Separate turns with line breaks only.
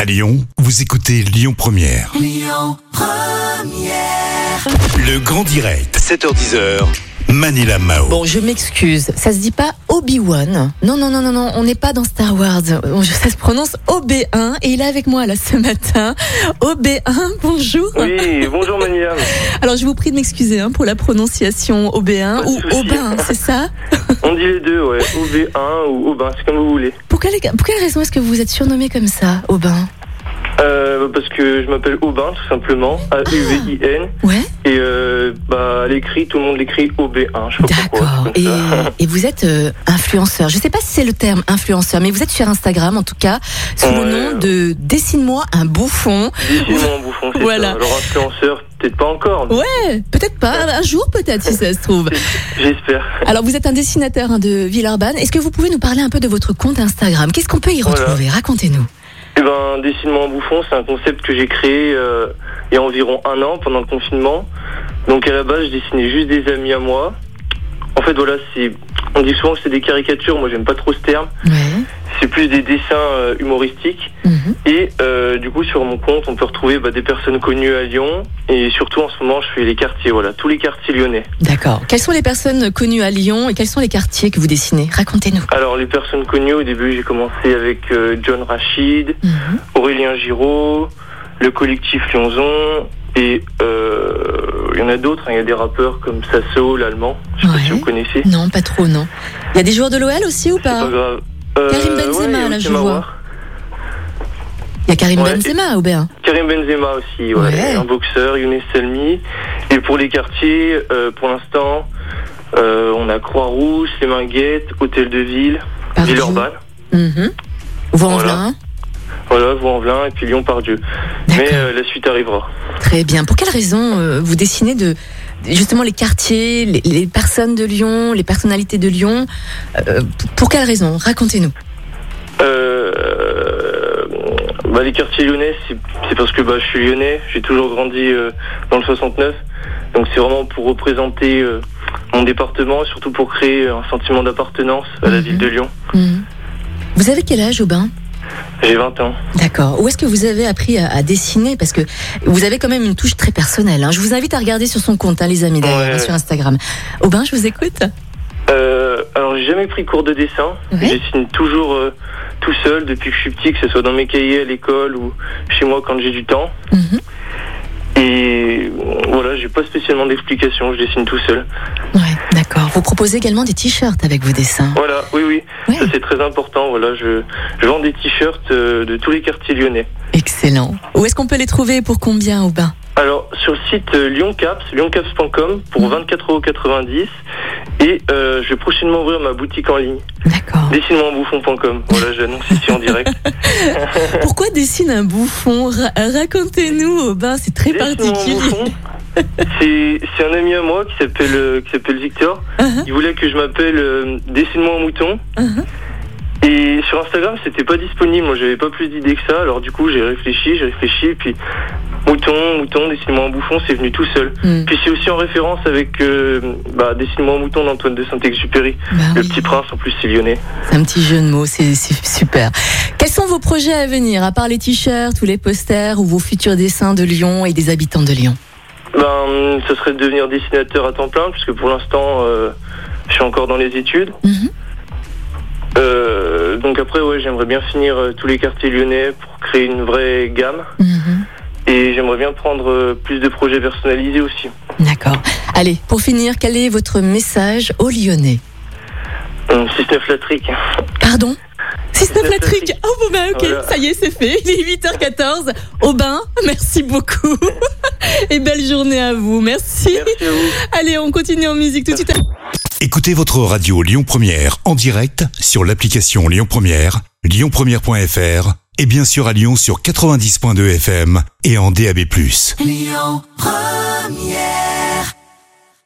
À Lyon, vous écoutez Lyon Première. Lyon Première. Le grand direct, 7h10h, Manila Mao.
Bon, je m'excuse. Ça se dit pas Obi-Wan. Non, non, non, non, non. On n'est pas dans Star Wars. On- Ça se prononce OB1. Et il est avec moi, là, ce matin. OB1, bonjour.
Oui, bonjour Maniam.
Alors, je vous prie de m'excuser hein, pour la prononciation OB1
Pas de
ou
souci.
OB1, c'est ça
On dit les deux, ouais. OB1 ou Aubin, c'est comme vous voulez.
pour quelle, pour quelle raison est-ce que vous êtes surnommé comme ça, Aubin
Euh, parce que je m'appelle Aubin, tout simplement. A-U-V-I-N.
Ouais,
Et euh, bah, à l'écrit, tout le monde l'écrit OB1. Je sais pas
d'accord.
pourquoi. c'est
Et,
comme ça.
et vous êtes euh, influenceur. Je sais pas si c'est le terme influenceur, mais vous êtes sur Instagram, en tout cas, sous le
Ouais.
nom de Dessine-moi un bouffon.
Décidément, bouffon, c'est
Voilà.
ça. Alors, influenceur, peut-être pas encore. mais
Ouais, peut-être pas. Un jour, peut-être, si ça se trouve.
J'espère.
Alors, vous êtes un dessinateur hein, de Villeurbanne. Est-ce que vous pouvez nous parler un peu de votre compte Instagram Qu'est-ce qu'on peut y
Voilà.
retrouver Racontez-nous.
Et ben, dessine-moi un bouffon, c'est un concept que j'ai créé euh, il y a environ un an pendant le confinement. Donc à la base, je dessinais juste des amis à moi. En fait, voilà, c'est. On dit souvent que c'est des caricatures. Moi, j'aime pas trop ce terme.
Ouais.
C'est plus des dessins euh, humoristiques.
Mhm.
Et euh, du coup, sur mon compte, on peut retrouver bah, des personnes connues à Lyon. Et surtout, en ce moment, je fais les quartiers, voilà, tous les quartiers lyonnais.
D'accord. Quelles sont les personnes connues à Lyon et quels sont les quartiers que vous dessinez Racontez-nous.
Alors, les personnes connues, au début, j'ai commencé avec euh, John Rachid,
Mhm.
Aurélien Giraud, le collectif Lyonzon. Et euh, il y en a d'autres, hein, il y a des rappeurs comme Sasso, l'allemand. Je sais pas
Ouais.
si vous connaissez.
Non, pas trop, non. Il y a des joueurs de l'OL aussi ou
C'est
pas
pas grave. Euh,
Karim
ouais,
Benzema,
il y a
là,
aussi
je vois.
Mawar.
Il y a Karim
Ouais.
Benzema, Aubin.
Karim Benzema aussi, ouais.
Ouais.
un boxeur, Younes Selmi. Et pour les quartiers, euh, pour l'instant, euh, on a Croix-Rouge, Les Minguettes, Hôtel de Ville,
Pardieu.
Villeurbanne,
Mhm. Vous en
Voilà.
voilà.
voilà, Vaux-en-Velin et puis Lyon-Pardieu.
D'accord.
Mais euh, la suite arrivera.
Très bien. Pour quelles raisons euh, vous dessinez de justement les quartiers, les, les personnes de Lyon, les personnalités de Lyon Euh, pour- Pour quelles raisons Racontez-nous.
Euh, bah, les quartiers lyonnais, c'est c'est parce que bah, je suis lyonnais, j'ai toujours grandi euh, dans le 69. Donc c'est vraiment pour représenter euh, mon département, surtout pour créer un sentiment d'appartenance à la
Mhm.
ville de Lyon.
Mhm. Vous avez quel âge, Aubin
J'ai 20 ans.
D'accord. Où est-ce que vous avez appris à, à dessiner Parce que vous avez quand même une touche très personnelle. hein. Je vous invite à regarder sur son compte, hein, les amis, d'ailleurs,
Ouais,
hein,
ouais.
sur Instagram. Aubin, je vous écoute.
Euh, alors j'ai jamais pris cours de dessin.
Ouais.
Je dessine toujours euh, tout seul depuis que je suis petit, que ce soit dans mes cahiers à l'école ou chez moi quand j'ai du temps.
Mhm.
Et euh, voilà, j'ai pas spécialement d'explication, je dessine tout seul.
Ouais, d'accord. Vous proposez également des t-shirts avec vos dessins.
Voilà, oui, oui,
Ouais.
ça c'est très important. Voilà, je, je vends des t-shirts euh, de tous les quartiers lyonnais.
Excellent. Où est-ce qu'on peut les trouver et pour combien, Aubin
Alors sur le site euh, lyoncaps, lyoncaps.com pour 24,90€ et euh, je vais prochainement ouvrir ma boutique en ligne,
D'accord.
dessine-moi en bouffon.com. Voilà, j'annonce ici en direct.
Pourquoi dessine un bouffon Ra- Racontez-nous, Aubin, c'est très
Laisse-moi
particulier.
en bouffon. C'est c'est un ami à moi qui s'appelle euh, qui s'appelle Victor.
Uh-huh.
Il voulait que je m'appelle euh, Dessine-moi un mouton.
Uh-huh.
Et sur Instagram, c'était pas disponible. Moi, j'avais pas plus d'idées que ça. Alors du coup, j'ai réfléchi, j'ai réfléchi, et puis mouton, mouton, dessine-moi un bouffon, c'est venu tout seul.
Hmm,
Puis c'est aussi en référence avec euh, bah, Dessine-moi un mouton d'Antoine de Saint-Exupéry,
bah
le
oui,
petit prince en plus c'est lyonnais.
C'est un petit jeu de mots, c'est c'est super. Quels sont vos projets à venir, à part les t-shirts ou les posters ou vos futurs dessins de Lyon et des habitants de Lyon
Ben, ce serait de devenir dessinateur à temps plein, puisque pour l'instant, euh, je suis encore dans les études.
Mhm.
Euh, donc après, ouais, j'aimerais bien finir euh, tous les quartiers lyonnais pour créer une vraie gamme.
Mhm,
Et j'aimerais bien prendre euh, plus de projets personnalisés aussi.
D'accord. Allez, pour finir, quel est votre message aux Lyonnais
Hum, Si c'est flattrique.
Pardon Système
Système
Patrick.
Patrick.
Oh bon bah ok,
Voilà.
ça y est, c'est fait. Il est 8h14. Aubin, merci beaucoup. Et belle journée à vous. Merci.
Merci à vous.
Allez, on continue en musique tout de suite.
Écoutez votre radio Lyon Première en direct sur l'application Lyon Première, lyonpremière.fr et bien sûr à Lyon sur 90.2 FM et en DAB+.